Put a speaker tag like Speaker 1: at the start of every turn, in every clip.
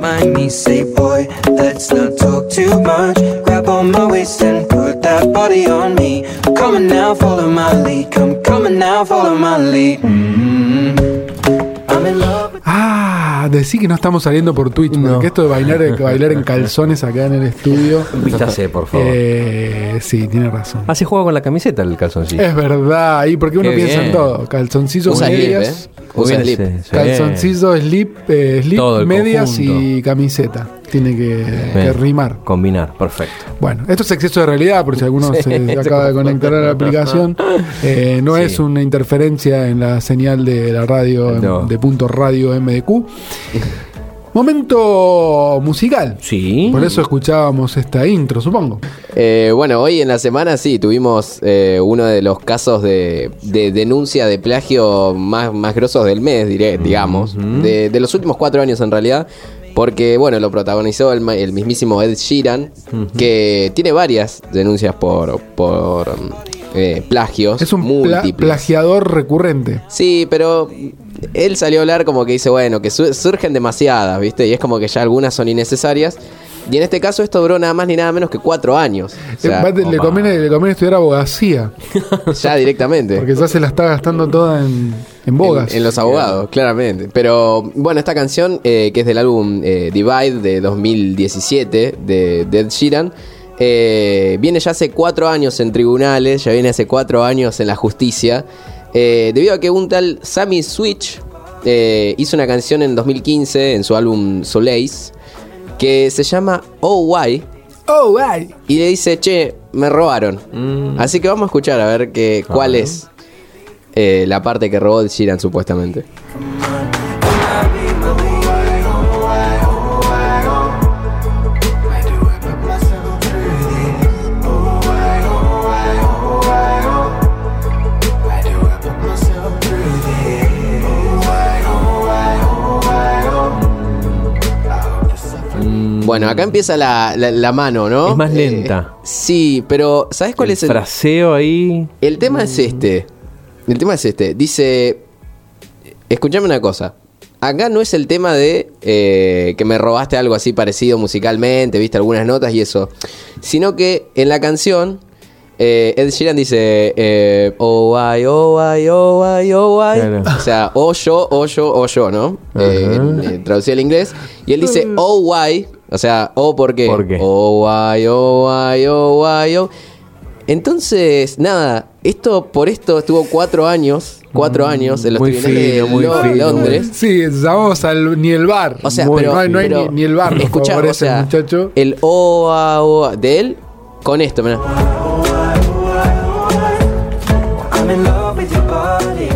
Speaker 1: mind me. Say, boy, let's not talk too much. Grab on my waist and put that body on me. Come on now, follow my lead. Come, come on now, follow my lead. Mm. I'm in love. with-
Speaker 2: Ah, decí que no estamos saliendo por Twitch, porque esto de bailar, de bailar en calzones acá en el estudio.
Speaker 3: Vístase, por favor.
Speaker 2: eh, sí, tiene razón.
Speaker 3: Así juega con la camiseta el calzoncillo.
Speaker 2: Es verdad, y porque uno
Speaker 4: Qué
Speaker 2: piensa en
Speaker 4: bien.
Speaker 2: todo. Calzoncillos,
Speaker 4: Usa slip, ¿eh?
Speaker 2: medias.
Speaker 4: Usa slip.
Speaker 3: Sí, sí.
Speaker 2: Calzoncillo, slip, eh, slip,
Speaker 3: Todo el
Speaker 2: medias
Speaker 3: conjunto.
Speaker 2: y camiseta. Tiene que, que rimar.
Speaker 3: Combinar, perfecto.
Speaker 2: Bueno, esto es exceso de realidad, por si alguno se acaba de conectar a la aplicación. Eh, no
Speaker 3: Sí.
Speaker 2: es una interferencia en la señal de la radio, en-
Speaker 3: No.
Speaker 2: de punto radio MDQ. Momento musical.
Speaker 3: Sí.
Speaker 2: Por eso escuchábamos esta intro, supongo.
Speaker 4: Eh, bueno, hoy en la semana sí tuvimos eh, uno de los casos de, de denuncia de plagio más, más grosos del mes, diré, digamos, de, de los últimos cuatro años en realidad, porque bueno, lo protagonizó el, ma- el mismísimo Ed Sheeran, que tiene varias denuncias por, por mm, eh, plagios
Speaker 2: Es un pla-
Speaker 4: múltiples.
Speaker 2: plagiador recurrente.
Speaker 4: Sí, pero él salió a hablar como que dice, bueno, que su- surgen demasiadas, ¿viste? Y es como que ya algunas son innecesarias. Y en este caso esto duró nada más ni nada menos que cuatro años. O sea,
Speaker 2: Eh, va- le,
Speaker 3: opa.
Speaker 2: conviene, le conviene estudiar abogacía,
Speaker 4: ya directamente.
Speaker 2: porque ya se la está gastando toda en, en bogas.
Speaker 4: En, en los abogados, claramente. Pero bueno, esta canción, eh, que es del álbum eh, Divide de 2017 de Dead Sheeran, eh, viene ya hace cuatro años en tribunales, ya viene hace cuatro años en la justicia, eh, debido a que un tal Sammy Switch eh, hizo una canción en 2015 en su álbum Soleils que se llama Oh Why
Speaker 2: Oh, ay.
Speaker 4: y le dice, che, me robaron. Así que vamos a escuchar a ver que, cuál es eh, la parte que robó Ed Sheeran supuestamente. Mm, Bueno, acá empieza la, la- la mano, ¿no?
Speaker 3: Es más
Speaker 4: Eh,
Speaker 3: lenta.
Speaker 4: sí, pero ¿sabes cuál
Speaker 3: El
Speaker 4: es el,
Speaker 3: fraseo ahí.
Speaker 4: el tema
Speaker 3: Mm.
Speaker 4: es este. El tema es este. Dice. Escuchame una cosa. Acá no es el tema de eh, que me robaste algo así parecido musicalmente, viste algunas notas y eso. Sino que en la canción. eh, Ed Sheeran dice. eh, oh, ay, oh, ay, oh, ay, oh, ay.
Speaker 3: Claro.
Speaker 4: O sea, o yo, o yo, o yo, ¿no? Eh, eh, traducido al inglés. Y él dice, oh, why. O sea, o por qué.
Speaker 3: Mm. ¿Por qué?
Speaker 4: Oh, why, oh, why, oh, why, oh. Entonces, nada, esto por esto estuvo cuatro años, cuatro
Speaker 2: Mm,
Speaker 4: años en los
Speaker 3: muy
Speaker 4: tribunales
Speaker 3: fino,
Speaker 4: de
Speaker 3: muy
Speaker 4: Lo-
Speaker 3: fino.
Speaker 4: Londres.
Speaker 2: Sí, vamos al ni el bar.
Speaker 4: O sea,
Speaker 2: Muy-
Speaker 4: pero,
Speaker 2: no hay, no hay
Speaker 4: pero
Speaker 2: ni, ni el bar, por
Speaker 4: escuchá,
Speaker 2: favor,
Speaker 4: o
Speaker 2: ese
Speaker 4: sea, eh,
Speaker 2: muchacho.
Speaker 4: El oa, oa de él con esto, mirá.
Speaker 1: I'm in love with your body.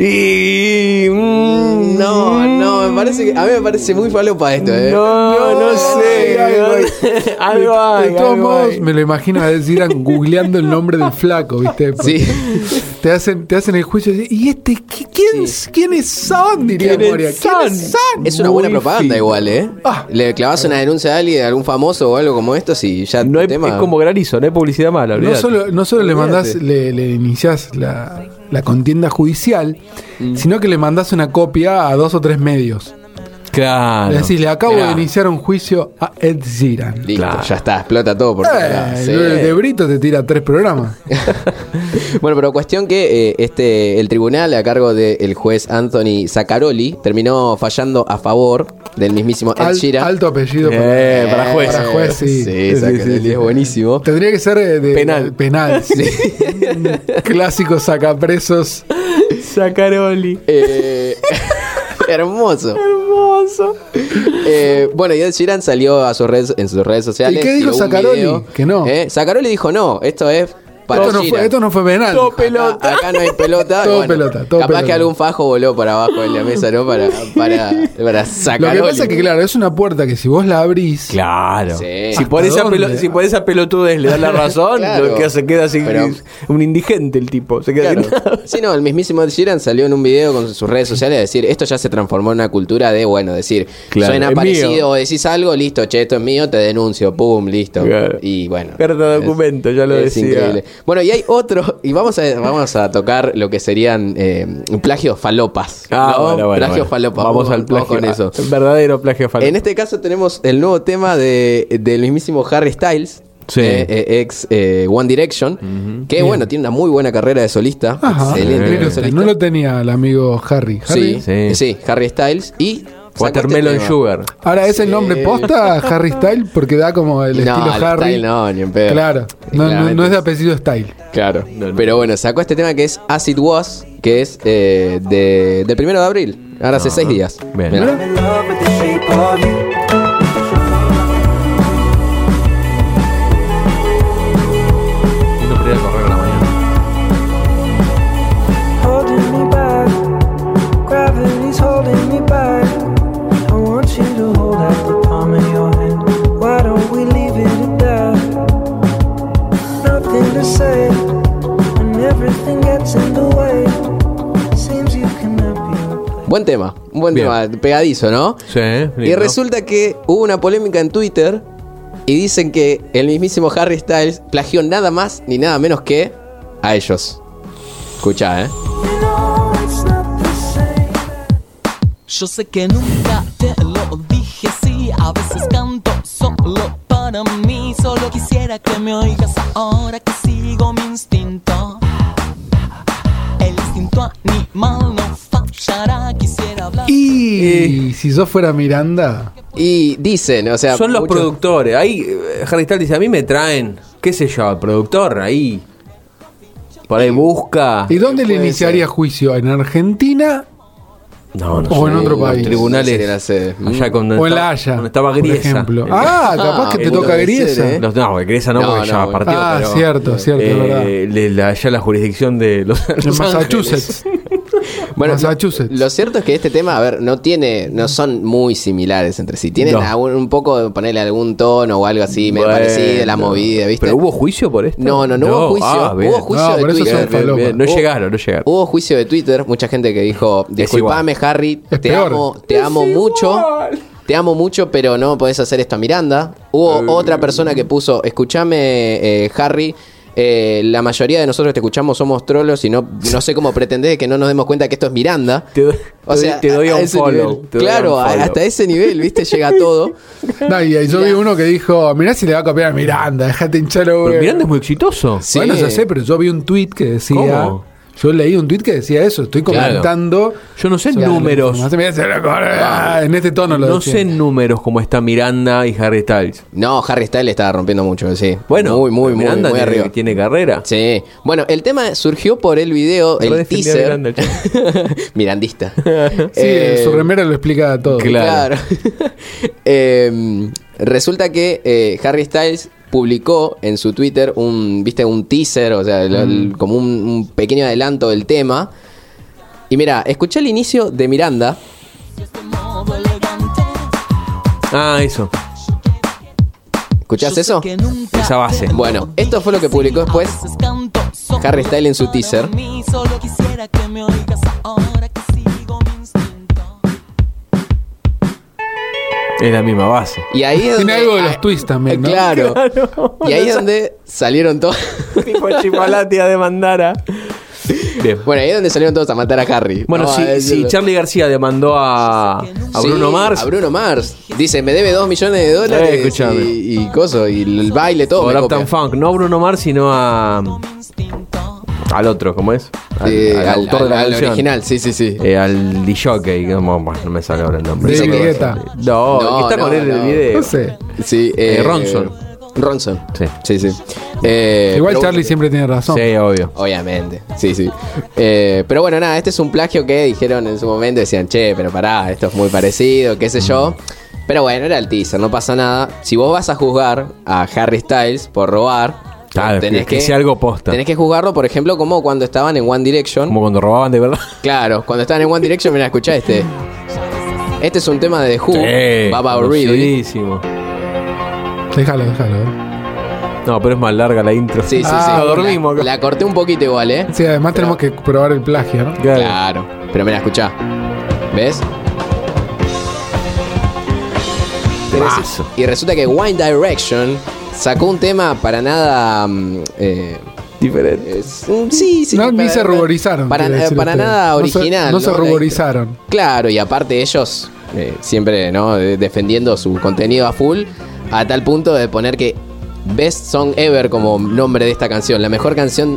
Speaker 3: Y. mm,
Speaker 2: Mm,
Speaker 4: No, no, No, me parece que, a mí me parece muy falopa esto, ¿eh?
Speaker 3: No, no sé.
Speaker 2: algo hay.
Speaker 3: no- Algo hay.
Speaker 2: De todos
Speaker 3: algo
Speaker 2: modos,
Speaker 3: hay.
Speaker 2: me lo imagino a Zidane googleando el nombre del flaco, ¿viste? Porque
Speaker 4: Sí.
Speaker 2: Te hacen, te hacen el juicio y dicen, ¿y este qui- quién,
Speaker 4: Sí.
Speaker 2: quién es San? Diría
Speaker 3: ¿Quién es
Speaker 2: Moria.
Speaker 3: San?
Speaker 2: ¿Quién es San?
Speaker 4: Es una buena
Speaker 2: Muy
Speaker 4: propaganda
Speaker 2: fino.
Speaker 4: igual, ¿eh?
Speaker 2: Ah.
Speaker 4: Le clavas una denuncia a alguien, a algún famoso o algo como esto, si ya
Speaker 3: No
Speaker 4: el
Speaker 3: hay-
Speaker 4: tema...
Speaker 3: es como granizo, no hay publicidad
Speaker 2: No
Speaker 3: mala. olvidate.
Speaker 2: solo, no solo le mandás,
Speaker 4: Olvídate.
Speaker 2: le, le iniciás la, la contienda judicial,
Speaker 4: Mm.
Speaker 2: sino que le mandás una copia a dos o tres medios.
Speaker 4: Ah,
Speaker 3: Claro.
Speaker 2: Le decís, le acabo
Speaker 3: Mirá.
Speaker 2: de iniciar un juicio a Ed Sheeran.
Speaker 4: Listo,
Speaker 3: Claro.
Speaker 4: ya está, explota todo por
Speaker 2: Eh,
Speaker 4: todos lados, sí.
Speaker 2: el De Brito te tira tres programas.
Speaker 4: Bueno, pero cuestión que eh, este el tribunal a cargo del juez Anthony Zaccaroli terminó fallando a favor del mismísimo Ed
Speaker 2: Al-
Speaker 4: Sheeran.
Speaker 2: alto apellido.
Speaker 3: Eh, para juez.
Speaker 2: Para juez, sí.
Speaker 4: Sí, Zaccaroli es buenísimo.
Speaker 2: Tendría que ser eh, de
Speaker 3: Penal.
Speaker 2: penal. Mm, Clásico sacapresos.
Speaker 3: Sacaroli.
Speaker 4: Eh, hermoso. Hermoso. bueno, y Ed Sheeran salió a sus redes, en sus redes sociales.
Speaker 2: ¿Y qué dijo
Speaker 4: tiró un
Speaker 2: Zaccaroli?
Speaker 4: video.
Speaker 2: Que no.
Speaker 4: Eh, Zaccaroli dijo no, esto es para
Speaker 2: Esto no,
Speaker 4: Sheeran.
Speaker 2: fue, esto no fue penal.
Speaker 3: Todo
Speaker 4: Acá- Acá, no hay pelota.
Speaker 2: Todo
Speaker 4: Bueno,
Speaker 2: pelota, todo
Speaker 4: capaz
Speaker 2: pelota.
Speaker 4: que algún fajo voló para abajo de la mesa, ¿no? Para, para, para
Speaker 2: Lo
Speaker 4: Zaccaroli.
Speaker 2: que pasa es que, claro, es una puerta que si vos la abrís.
Speaker 3: Claro.
Speaker 4: Sí.
Speaker 3: Si, por
Speaker 2: ¿Hasta
Speaker 3: esa pelo-
Speaker 2: dónde?
Speaker 3: si por esa pelotudez le das la razón,
Speaker 4: Claro.
Speaker 3: lo que se queda sin.
Speaker 4: Pero-
Speaker 3: un indigente el tipo. Se queda sin nada.
Speaker 4: Claro. Sí, no, el mismísimo Ed Sheeran salió en un video con sus redes sociales a decir, esto ya se transformó en una cultura de, bueno, decir,
Speaker 3: Claro,
Speaker 4: suena
Speaker 3: es
Speaker 4: parecido,
Speaker 3: mío.
Speaker 4: o decís algo, listo, che, esto es mío, te denuncio, pum, listo.
Speaker 3: Claro.
Speaker 4: Y bueno.
Speaker 3: Carta de
Speaker 4: es-
Speaker 3: documento, ya lo
Speaker 4: es
Speaker 3: decía.
Speaker 4: increíble. Bueno, y hay otro, y vamos a, vamos a tocar lo que serían eh, plagios falopas.
Speaker 3: Ah,
Speaker 4: ¿no?
Speaker 3: bueno, bueno,
Speaker 4: Plagios
Speaker 3: bueno.
Speaker 4: falopas.
Speaker 3: Vamos al plagio. ah,
Speaker 4: con eso.
Speaker 3: al verdadero plagio falopa.
Speaker 4: En este caso tenemos el nuevo tema de, del mismísimo Harry Styles.
Speaker 3: Sí.
Speaker 4: eh, eh, ex eh, One Direction, que bueno, tiene una muy buena carrera de solista.
Speaker 2: Ajá.
Speaker 4: excelente
Speaker 2: Mira
Speaker 4: carrera de
Speaker 2: usted,
Speaker 4: solista.
Speaker 2: No lo tenía el amigo Harry. Harry.
Speaker 4: Sí,
Speaker 3: Sí.
Speaker 4: sí. Harry Styles y.
Speaker 3: Watermelon
Speaker 4: sacó
Speaker 3: Sugar.
Speaker 2: Ahora, ¿es el nombre posta Harry Style? Porque da como el
Speaker 4: este tema. No,
Speaker 2: estilo
Speaker 4: al
Speaker 2: Harry.
Speaker 4: Style no, ni en pedo.
Speaker 2: Claro, no, no,
Speaker 4: Claramente.
Speaker 2: no es de apellido Style.
Speaker 4: Claro. Pero bueno, sacó este tema que es As It Was, que es eh, de, del primero de abril. Ahora hace seis días.
Speaker 3: Bien.
Speaker 4: Mirá.
Speaker 3: Mirá.
Speaker 5: in love with the shape of you.
Speaker 6: Holding me back, gravity's holding me back. I want you to hold out the palm of your hand. Why don't we leave it at that? Nothing to say, and everything gets in the way. Seems you cannot be replaced.
Speaker 4: Buen tema, un buen
Speaker 3: Bien.
Speaker 4: tema, pegadizo, ¿no?
Speaker 3: Sí,
Speaker 4: Y
Speaker 3: lindo.
Speaker 4: resulta que hubo una polémica en Twitter y dicen que el mismísimo Harry Styles plagió nada más ni nada menos que a ellos. Escuchá, ¿eh?
Speaker 6: You know it's not the same.
Speaker 7: Yo sé que nunca te lo dije así, a veces canto solo para mí, solo quisiera que me oigas ahora que sigo mi instinto. El instinto animal no fallará, quisiera hablar.
Speaker 2: Y, si yo fuera Miranda,
Speaker 4: Y dicen, o sea.
Speaker 3: Son los
Speaker 4: muchos-
Speaker 3: productores. Ahí eh, Harry Styles dice, a mí me traen, qué sé yo, al productor ahí. Por ahí busca.
Speaker 2: ¿y dónde le
Speaker 4: puede
Speaker 2: iniciaría juicio? ¿En Argentina
Speaker 3: No, no
Speaker 2: o
Speaker 3: sé.
Speaker 2: en otro
Speaker 4: Sí,
Speaker 2: país?
Speaker 4: tribu-
Speaker 3: Tribunales.
Speaker 4: Sí, Mm. la sede.
Speaker 3: Allá con donde
Speaker 2: O en
Speaker 3: estaba-
Speaker 2: La Haya,
Speaker 3: Donde estaba
Speaker 2: por
Speaker 3: Griesa.
Speaker 2: ejemplo.
Speaker 3: El-
Speaker 2: Ah, capaz
Speaker 4: Ah,
Speaker 2: que te
Speaker 4: pudo
Speaker 2: toca
Speaker 4: ser,
Speaker 2: Griesa.
Speaker 4: ¿eh?
Speaker 3: Los- no, Griesa no,
Speaker 4: No,
Speaker 3: porque ya
Speaker 4: no,
Speaker 3: partió.
Speaker 2: Ah,
Speaker 3: pero,
Speaker 2: cierto, cierto,
Speaker 3: eh,
Speaker 2: es verdad.
Speaker 3: le- la- allá la jurisdicción de los,
Speaker 2: En
Speaker 3: Los
Speaker 2: Massachusetts.
Speaker 4: Bueno,
Speaker 2: Massachusetts.
Speaker 4: Lo cierto es que este tema, a ver, no tiene, no son muy similares entre sí. Tienen
Speaker 3: No.
Speaker 4: algún- un poco, ponerle algún tono o algo así, medio
Speaker 3: Bueno.
Speaker 4: parecido, la movida, ¿viste?
Speaker 3: ¿Pero hubo juicio por esto?
Speaker 4: No, no, no, hubo juicio.
Speaker 3: ah, bien.
Speaker 4: hubo juicio
Speaker 2: No,
Speaker 4: de
Speaker 2: por eso
Speaker 4: Twitter.
Speaker 2: son falopa.
Speaker 3: Bien, no
Speaker 4: Hubo-
Speaker 3: llegaron, no llegaron.
Speaker 4: Hubo juicio de Twitter, mucha gente que dijo, disculpame Harry,
Speaker 2: Es
Speaker 4: te
Speaker 2: peor.
Speaker 4: amo, te amo mucho, te amo mucho, pero no podés hacer esto a Miranda. Hubo otra persona que puso, escúchame eh, Harry, eh, la mayoría de nosotros que te escuchamos somos trolos y no, no sé cómo pretendés que no nos demos cuenta que esto es Miranda.
Speaker 3: Te doy- te doy- te doy
Speaker 4: a
Speaker 3: un
Speaker 4: ese
Speaker 3: follow,
Speaker 4: nivel.
Speaker 3: te doy
Speaker 4: claro,
Speaker 3: un
Speaker 4: a-
Speaker 3: follow.
Speaker 4: hasta ese nivel, viste, llega todo.
Speaker 2: No, y ahí yo vi uno que dijo, mirá si le va a copiar a Miranda, déjate hinchar los
Speaker 3: Pero
Speaker 2: huevos".
Speaker 3: Miranda es muy exitoso.
Speaker 4: Sí.
Speaker 2: Bueno, ya sé, pero yo vi un tweet que decía...
Speaker 3: ¿Cómo?
Speaker 2: Yo leí un tweet que decía eso, estoy
Speaker 4: Claro.
Speaker 2: comentando...
Speaker 3: Yo no sé
Speaker 2: sobre la
Speaker 3: números.
Speaker 2: información. Mirá, se lo corre- En este tono lo
Speaker 3: No
Speaker 2: decía.
Speaker 3: sé en números cómo está Miranda y Harry Styles.
Speaker 4: No, Harry Styles estaba rompiendo mucho, sí.
Speaker 3: Bueno,
Speaker 4: muy, muy, muy,
Speaker 3: Miranda
Speaker 4: muy
Speaker 3: tiene,
Speaker 4: arriba.
Speaker 3: tiene carrera.
Speaker 4: Sí. Bueno, el tema surgió por el video,
Speaker 3: Re
Speaker 4: el
Speaker 3: defendía
Speaker 4: teaser.
Speaker 3: a Miranda,
Speaker 4: Mirandista.
Speaker 2: Sí,
Speaker 4: Eh,
Speaker 2: su remera lo explica todo.
Speaker 3: Claro.
Speaker 4: Claro. Eh, resulta que eh, Harry Styles publicó en su Twitter un, viste, un teaser, o sea, el-
Speaker 3: Mm.
Speaker 4: el- como un, un pequeño adelanto del tema. Y mira, escuché el inicio de Miranda.
Speaker 7: Si este amor
Speaker 3: Ah, eso.
Speaker 4: ¿Escuchás eso?
Speaker 3: Esa base.
Speaker 4: Bueno, esto fue lo que publicó después Harry Styles en su teaser.
Speaker 3: Es la misma base.
Speaker 4: Y ahí
Speaker 2: Tiene
Speaker 4: es donde.
Speaker 2: algo de los
Speaker 4: ah,
Speaker 2: twists también, ¿no?
Speaker 4: Claro. Y ahí es donde salieron todos.
Speaker 3: tipo Chipolatia demandara. Bien.
Speaker 4: Bueno, ahí es donde salieron todos a matar a Harry.
Speaker 3: Bueno,
Speaker 4: No,
Speaker 3: si,
Speaker 4: a-
Speaker 3: si Charlie García demandó a, a
Speaker 4: Sí,
Speaker 3: Bruno Mars,
Speaker 4: A Bruno Mars. Dice, me debe 2 millones de
Speaker 3: Eh,
Speaker 4: dólares.
Speaker 3: escuchame.
Speaker 4: y, y coso, y el baile, todo.
Speaker 3: o
Speaker 4: me
Speaker 3: a
Speaker 4: copia.
Speaker 3: Uptown Funk, no a Bruno Mars, sino a. Al otro, ¿cómo es? Al,
Speaker 4: Eh,
Speaker 3: al
Speaker 4: al-
Speaker 3: autor de la
Speaker 4: al- al
Speaker 3: canción.
Speaker 4: original, sí, sí, sí.
Speaker 3: Eh, al DJ, que no, no me sale ahora el nombre.
Speaker 2: David
Speaker 4: Dice que-
Speaker 2: Guetta.
Speaker 3: No, el que está
Speaker 4: No,
Speaker 3: con
Speaker 4: no,
Speaker 3: él en
Speaker 4: no.
Speaker 3: el video.
Speaker 2: No sé.
Speaker 4: Sí,
Speaker 3: Eh, Ronson.
Speaker 4: Ronson.
Speaker 3: Sí.
Speaker 4: Sí, sí. Eh,
Speaker 2: Igual
Speaker 4: pero-
Speaker 2: Charlie siempre tiene razón.
Speaker 3: Sí, obvio.
Speaker 4: Obviamente, sí, sí. Eh, pero bueno, nada, este es un plagio que dijeron en su momento, decían, che, pero pará, esto es muy parecido, qué sé yo. Pero bueno, era el teaser, no pasa nada. Si vos vas a juzgar a Harry Styles por robar,
Speaker 3: Claro, Ah, que- que sea algo posta.
Speaker 4: Tenés que juzgarlo, por ejemplo, como cuando estaban en One Direction.
Speaker 3: Como cuando robaban de verdad.
Speaker 4: Claro, cuando estaban en One Direction, mira, escuchá este. Este es un tema de The Who, Baba O'Reilly.
Speaker 3: conocidísimo.
Speaker 2: Déjalo, déjalo. eh.
Speaker 3: No, pero es más larga la intro.
Speaker 4: Sí, sí, sí.
Speaker 2: Ah,
Speaker 4: La-
Speaker 3: dormimos.
Speaker 4: La, corté un poquito igual, ¿eh?
Speaker 2: Sí, además tenemos que probar el plagio, ¿no?
Speaker 3: Claro.
Speaker 4: Claro. Pero mira, escuchá. ¿Ves? Pero es-
Speaker 3: Temazo.
Speaker 4: Y resulta que One Direction sacó un tema para nada. mm, eh,
Speaker 3: Diferente.
Speaker 4: es- mm, sí, sí.
Speaker 2: no,
Speaker 4: para-
Speaker 2: ni se ruborizaron.
Speaker 4: Para,
Speaker 2: quiero
Speaker 4: eh,
Speaker 2: decir
Speaker 4: para
Speaker 2: ustedes.
Speaker 4: nada
Speaker 2: No se-
Speaker 4: original.
Speaker 2: No se,
Speaker 4: La-
Speaker 2: ruborizaron.
Speaker 4: Claro, y aparte ellos eh, siempre ¿no? de- defendiendo su contenido a full, a tal punto de poner que Best Song Ever como nombre de esta canción, la mejor canción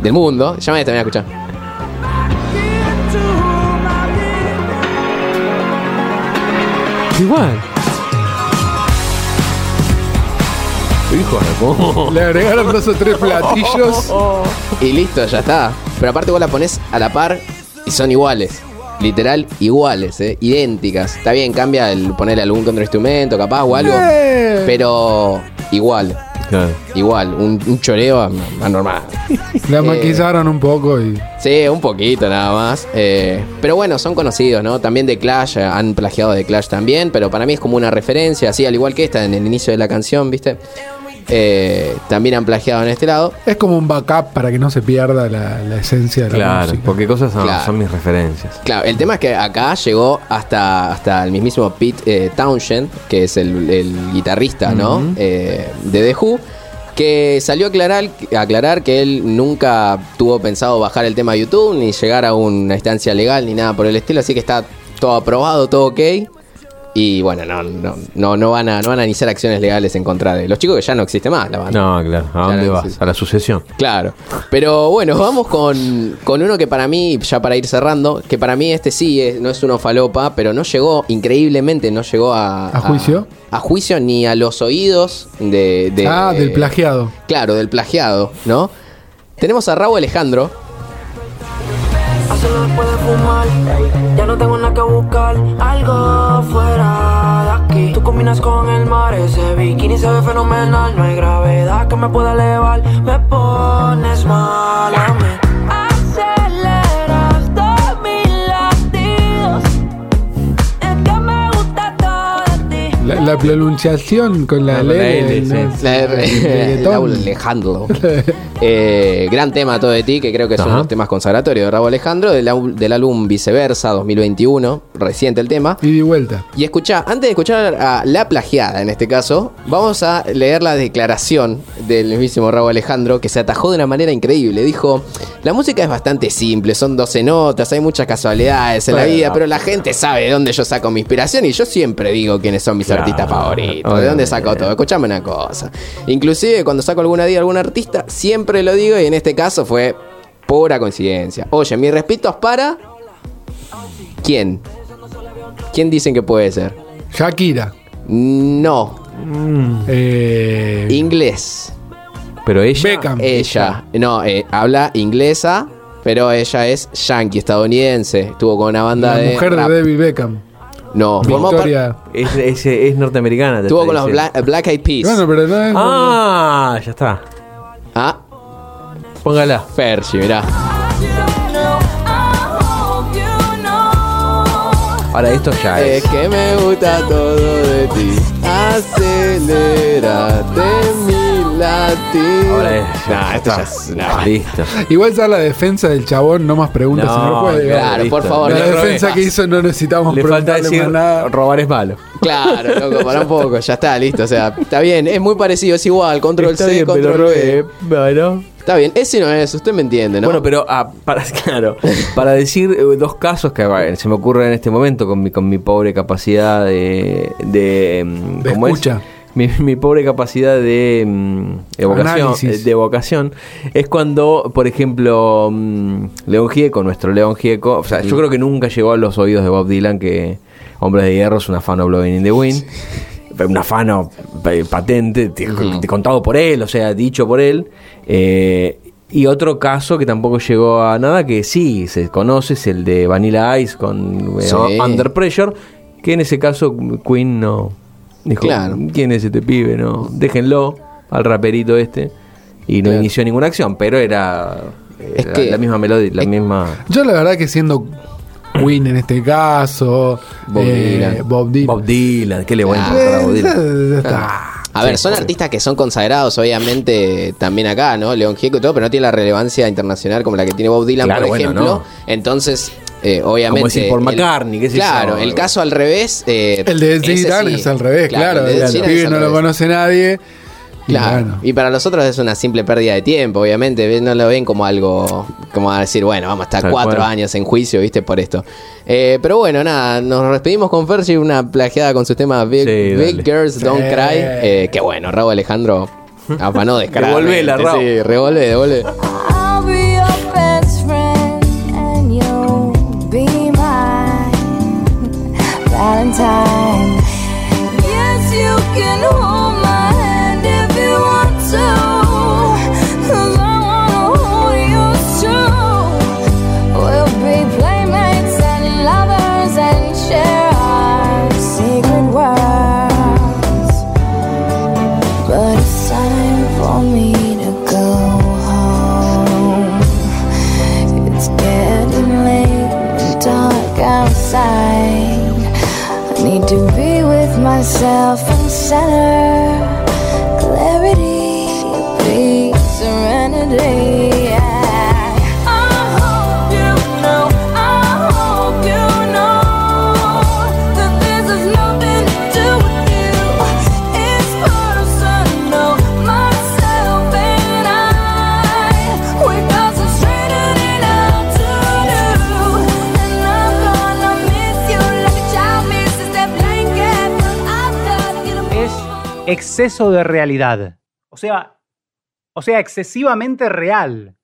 Speaker 4: del mundo. Llama esta, me voy a escuchar.
Speaker 3: Igual. Hijo de cómo.
Speaker 2: Le agregaron dos o tres platillos.
Speaker 4: Y listo, ya está. Pero aparte vos la pones a la par y son iguales. Literal, iguales, ¿eh? idénticas. Está bien, cambia el ponerle algún contrainstrumento, capaz o algo.
Speaker 2: Eh.
Speaker 4: Pero igual,
Speaker 3: Claro.
Speaker 4: igual. Un, un choreo anormal.
Speaker 2: La
Speaker 4: Eh.
Speaker 2: maquillaron un poco y.
Speaker 4: Sí, un poquito nada más. Eh, pero bueno, son conocidos, ¿no? También de Clash, eh, han plagiado de Clash también, pero para mí es como una referencia, así al igual que esta en el inicio de la canción, ¿viste? Eh, también han plagiado en este lado.
Speaker 2: Es como un backup para que no se pierda la, la esencia de la
Speaker 3: Claro,
Speaker 2: música.
Speaker 3: porque cosas son,
Speaker 4: Claro.
Speaker 3: son mis referencias.
Speaker 4: Claro, el tema es que acá llegó hasta, hasta el mismísimo Pete eh, Townshend, que es el, el guitarrista, ¿no? Eh, de The Who, que salió a aclarar, a aclarar que él nunca tuvo pensado bajar el tema a YouTube, ni llegar a una instancia legal, ni nada por el estilo, así que está todo aprobado, todo ok. Y bueno, no, no, no, no van a no van a iniciar acciones legales en contra de los chicos que ya no existe más la banda.
Speaker 3: No, claro. ¿A dónde
Speaker 4: Claro,
Speaker 3: vas?
Speaker 4: sí, sí.
Speaker 3: A la sucesión.
Speaker 4: Claro. Pero bueno, vamos con, con uno que para mí, ya para ir cerrando, que para mí este sí es- no es uno falopa, pero no llegó, increíblemente, no llegó a.
Speaker 2: ¿A juicio?
Speaker 4: A, a juicio ni a los oídos de. de-
Speaker 2: ah, del plagiado.
Speaker 4: Claro, del plagiado, ¿no? Tenemos a Raúl Alejandro.
Speaker 8: Hace no después de fumar, ya no tengo nada que buscar. Algo fuera de aquí. Tú combinas con el mar, ese bikini se ve fenomenal. No hay gravedad que me pueda elevar. Me pones mal a mí. Aceleras todos mis latidos. Es que me gusta todo de ti.
Speaker 2: La, la pronunciación con la,
Speaker 3: Con la
Speaker 2: L.
Speaker 3: L,
Speaker 2: ¿no?
Speaker 3: sí.
Speaker 4: La-
Speaker 2: El reggaetón.
Speaker 4: Eh, Raúl Alejandro. Eh, gran tema todo de ti, que creo que son
Speaker 3: Ajá.
Speaker 4: los temas consagratorios de Raúl Alejandro, del, au- del álbum Viceversa 2021, reciente el tema.
Speaker 2: Ida Y de vuelta.
Speaker 4: Y escuchá, antes de escuchar a la plagiada en este caso, vamos a leer la declaración del mismísimo Raúl Alejandro, que se atajó de una manera increíble. Dijo: La música es bastante simple, son 12 notas, hay muchas casualidades en la
Speaker 3: Bueno.
Speaker 4: vida, pero la gente sabe de dónde yo saco mi inspiración y yo siempre digo quiénes son mis
Speaker 3: Claro.
Speaker 4: artistas favoritos, de
Speaker 3: Obviamente.
Speaker 4: dónde saco todo. Escuchame una cosa. Inclusive cuando saco alguna día algún artista, siempre lo digo y en este caso fue pura coincidencia. Oye, mis respetos para. ¿Quién? ¿Quién dicen que puede ser?
Speaker 2: Shakira.
Speaker 4: No,
Speaker 2: Eh,
Speaker 4: inglés.
Speaker 3: Pero ella.
Speaker 2: Beckham.
Speaker 4: Ella, no, eh, habla inglesa, pero ella es yankee, estadounidense. Estuvo con una banda
Speaker 2: la
Speaker 4: de.
Speaker 2: mujer
Speaker 4: rap.
Speaker 2: de David Beckham.
Speaker 4: No, formó par-
Speaker 2: Victoria.
Speaker 3: Es, es- es norteamericana. te
Speaker 4: Estuvo
Speaker 3: está
Speaker 4: con los
Speaker 3: diciendo.
Speaker 4: Black, Black Eyed Peas.
Speaker 2: Bueno, pero no es-
Speaker 3: Ah, ya está.
Speaker 4: Ah,
Speaker 3: Póngala.
Speaker 4: Fergie, mirá.
Speaker 8: I hope you know, I hope you know.
Speaker 3: Ahora esto ya
Speaker 4: Es
Speaker 3: es.
Speaker 4: que me gusta todo de ti. Acelerate mi latir.
Speaker 3: Ahora es.
Speaker 4: Nah, Ah, esto ya es- nah.
Speaker 3: Listo.
Speaker 2: Igual ya la defensa del chabón, no más preguntas,
Speaker 3: No,
Speaker 2: señor juez.
Speaker 4: Claro, por favor,
Speaker 2: la
Speaker 4: no
Speaker 2: defensa
Speaker 4: robes.
Speaker 2: que hizo no necesitamos
Speaker 3: Le falta
Speaker 2: preguntarle
Speaker 3: decir
Speaker 2: más nada.
Speaker 3: robar es malo.
Speaker 4: Claro, loco, para un poco, ya está, listo. O sea, está bien, es muy parecido, es igual, control
Speaker 3: Está
Speaker 4: C,
Speaker 3: bien, pero
Speaker 4: control E. V.
Speaker 3: robe- bueno.
Speaker 4: Está bien, ese no es, usted me entiende, ¿no?
Speaker 3: Bueno, pero ah, para, claro, para decir eh, dos casos que bueno, se me ocurren en este momento con mi, con mi pobre capacidad de. de, mm,
Speaker 2: De
Speaker 3: ¿cómo es?
Speaker 2: escucha.
Speaker 3: Mi, mi pobre capacidad de mm, evocación,
Speaker 2: Análisis.
Speaker 3: eh, de evocación es cuando, por ejemplo, mm, León Gieco, nuestro León Gieco, o sea, yo creo que nunca llegó a los oídos de Bob Dylan que Hombres de Hierro es un afano Blowing in the Wind, un afano eh, patente, te- te- contado por él, o sea, dicho por él. Eh, y otro caso que tampoco llegó a nada, que sí se conoce, es el de Vanilla Ice con eh,
Speaker 4: Sí.
Speaker 3: Under Pressure, que en ese caso Queen no. Dijo,
Speaker 4: Claro.
Speaker 3: ¿quién es este pibe? No, déjenlo al raperito este. Y no
Speaker 4: Claro.
Speaker 3: inició ninguna acción, pero era,
Speaker 4: Es
Speaker 3: era
Speaker 4: que-
Speaker 3: la misma melodía, la misma
Speaker 2: Yo la verdad que siendo Queen en este caso,
Speaker 4: Bob
Speaker 2: eh,
Speaker 4: Dylan.
Speaker 2: Bob Dylan.
Speaker 3: Bob Dylan, ¿qué le voy a importar a Bob
Speaker 2: Eh, ya-
Speaker 3: Dylan?
Speaker 2: ya está.
Speaker 4: A ver, son artistas que son consagrados, obviamente, también acá, ¿no? León Gieco y todo, pero no tiene la relevancia internacional como la que tiene Bob Dylan,
Speaker 3: Claro,
Speaker 4: por
Speaker 3: bueno,
Speaker 4: ejemplo.
Speaker 3: no.
Speaker 4: Entonces, eh, obviamente.
Speaker 3: Como decir, por
Speaker 4: el-
Speaker 3: McCartney, qué sé yo,
Speaker 4: Claro, el
Speaker 3: algo.
Speaker 4: caso al revés. eh,
Speaker 2: El de Ed
Speaker 4: ese
Speaker 2: Sheeran
Speaker 4: sí.
Speaker 2: es al revés, claro.
Speaker 4: el de Ed
Speaker 2: El
Speaker 4: Sheeran es
Speaker 2: pibe
Speaker 4: al
Speaker 2: no lo
Speaker 4: revés.
Speaker 2: conoce nadie. Y
Speaker 4: Claro.
Speaker 2: bueno.
Speaker 4: Y para nosotros es una simple pérdida de tiempo, obviamente. Ve- No lo ven como algo, como a decir, bueno, vamos a estar
Speaker 3: Tal
Speaker 4: cuatro
Speaker 3: cual.
Speaker 4: años en juicio, viste, por esto. Eh, pero bueno, nada, nos despedimos con Fergie, una plagiada con su tema Big,
Speaker 3: Sí,
Speaker 4: Big
Speaker 3: dale.
Speaker 4: Girls Don't
Speaker 2: Sí.
Speaker 4: Cry. eh, que bueno, Raúl Alejandro afanó descaradamente.
Speaker 3: Devolvela, Raúl.
Speaker 4: Sí, revolve, devolve.
Speaker 1: I'll be your best friend and you'll be mine. Valentine. Yes, you can hold my hand if you want to. 'Cause I wanna hold yours too. We'll be playmates and lovers and share our secret worlds. But it's time for me to go home. It's getting late and dark outside. I need to be with myself and center clarity, peace, serenity. Yeah. I hope you know, I hope you know that this has nothing to do with you. It's personal, myself and I. We got some straightening out to do, and I'm gonna miss you like a child misses that blanket. I've got to get a
Speaker 9: Es
Speaker 1: move on.
Speaker 9: exceso de realidad. O sea, o sea, excesivamente real.